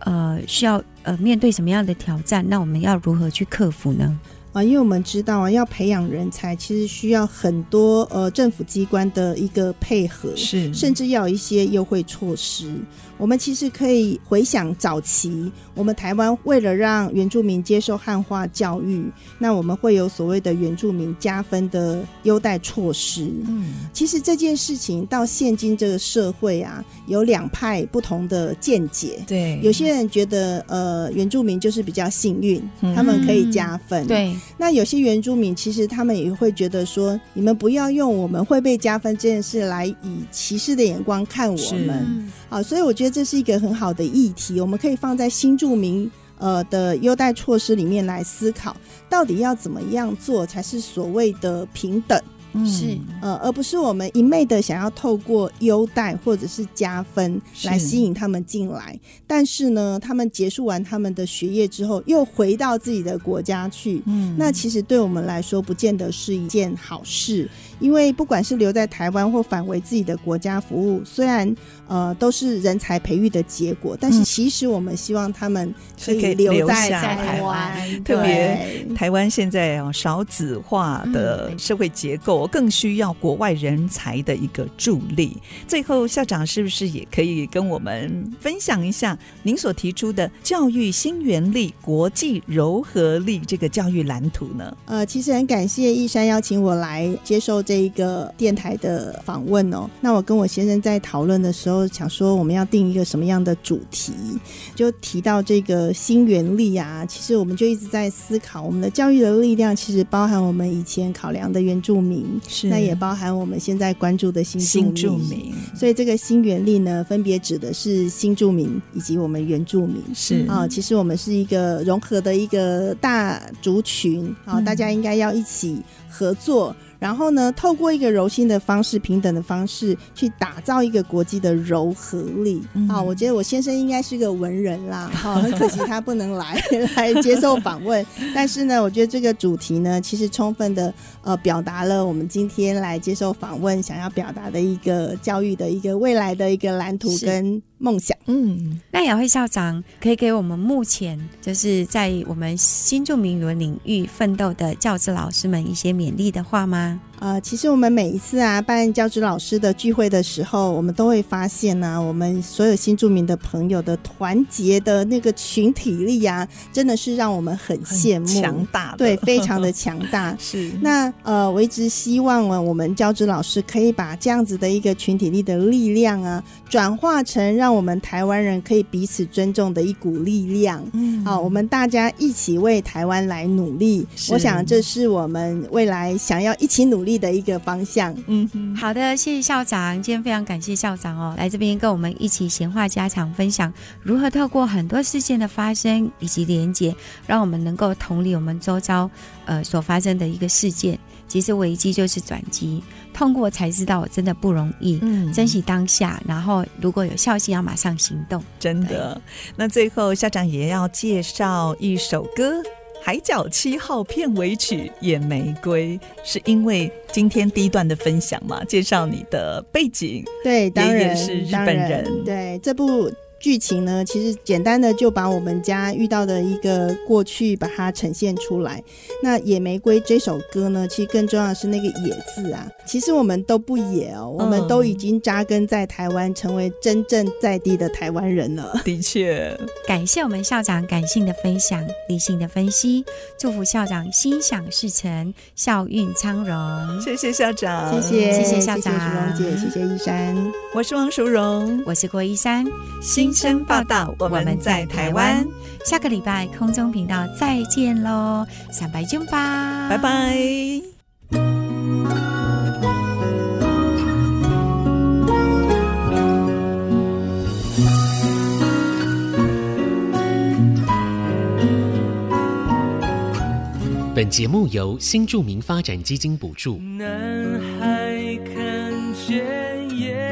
呃，需要呃面对什么样的挑战？那我们要如何去克服呢？
啊，因为我们知道啊，要培养人才，其实需要很多呃政府机关的一个配合，
是
甚至要有一些优惠措施。我们其实可以回想早期，我们台湾为了让原住民接受汉化教育，那我们会有所谓的原住民加分的优待措施。
嗯
其实这件事情到现今这个社会啊，有两派不同的见解。
对
有些人觉得，呃，原住民就是比较幸运，
嗯
他们可以加分。
对，
那有些原住民其实他们也会觉得说，你们不要用我们会被加分这件事来以歧视的眼光看我们
嗯，
啊，所以我觉得这是一个很好的议题，我们可以放在新住民。呃的优待措施里面来思考，到底要怎么样做才是所谓的平等，
嗯
是
呃，而不是我们一昧的想要透过优待或者是加分来
是
吸引他们进来，但是呢，他们结束完他们的学业之后，又回到自己的国家去，
嗯
那其实对我们来说，不见得是一件好事，因为不管是留在台湾或返回自己的国家服务，虽然呃都是人才培育的结果，但是其实我们希望他们可
嗯是可以
以
留
在
下
台
台
湾，
特别
对
台湾现在啊少子化的社会结构，更需要国外人才的一个助力。最后，校长是不是也可以跟我们分享一下您所提出的教育新原力、国际柔和力这个教育蓝图呢？
呃，其实很感谢一山邀请我来接受这一个电台的访问哦。那我跟我先生在讨论的时候，想说我们要定一个什么样的主题，就提到这个新原力啊。其实我们就一直在思考，我们的教育的力量其实包含我们以前考量的原住民，
是
那也包含我们现在关注的新
新
住
著
民。
名
所以这个新原力呢，分别指的是新住民以及我们原住民。
是
啊、其实我们是一个融合的一个大族群啊、
嗯
大家应该要一起合作，然后呢，透过一个柔性的方式、平等的方式，去打造一个国际的柔和力啊、
嗯
我觉得我先生应该是个文人啦，哈、很可惜他不能来 来接受访问，但是呢，我觉得这个主题呢，其实充分的呃表达了我们今天来接受访问想要表达的一个教育的一个未来的一个蓝图
是
跟梦想。
嗯
那雅慧校长可以给我们目前就是在我们新著名语文领域奋斗的教职老师们一些勉励的话吗？
呃，其实我们每一次啊办教职老师的聚会的时候，我们都会发现呢、我们所有新住民的朋友的团结的那个群体力啊，真的是让我们很
很
羡
强
慕，
大的，。
对，非常的强大
是
那呃，我一直希望啊，我们教职老师可以把这样子的一个群体力的力量啊，转化成让我们台湾人可以彼此尊重的一股力量。
嗯
好，我们大家一起为台湾来努力，
是
我想这是我们未来想要一起努力的一个方向。
嗯哼
好的，谢谢校长，今天非常感谢校长哦，来这边跟我们一起闲话家常，分享如何透过很多事件的发生以及连结，让我们能够同理我们周遭呃所发生的一个事件。其实危机就是转机，痛过才知道真的不容易。
嗯
珍惜当下，然后如果有孝心，要马上行动。
真的。那最后校长也要介绍一首歌。《海角七号》片尾曲《野玫瑰》，是因为今天第一段的分享嘛，介绍你的背景，
对，当
爷爷
然
是日
当
本
然
人
对这部剧情呢，其实简单的就把我们家遇到的一个过去把它呈现出来。那《野玫瑰》这首歌呢，其实更重要的是那个“野”字啊。其实我们都不野哦，我
嗯
们都已经扎根在台湾，成为真正在地的台湾人了。
的确，
感谢我们校长感性的分享、理性的分析，祝福校长心想事成、校运昌荣。
谢嗯谢校长，
谢谢，
谢谢
谢
校
谢
长
淑荣姐，谢谢依珊。
我是王淑荣，
我是郭一山，
新生报道，我们在台湾，，
下个礼拜空中频道再见喽，散白君吧，
拜拜。
本节目由新著名发展基金补助。
男孩看见野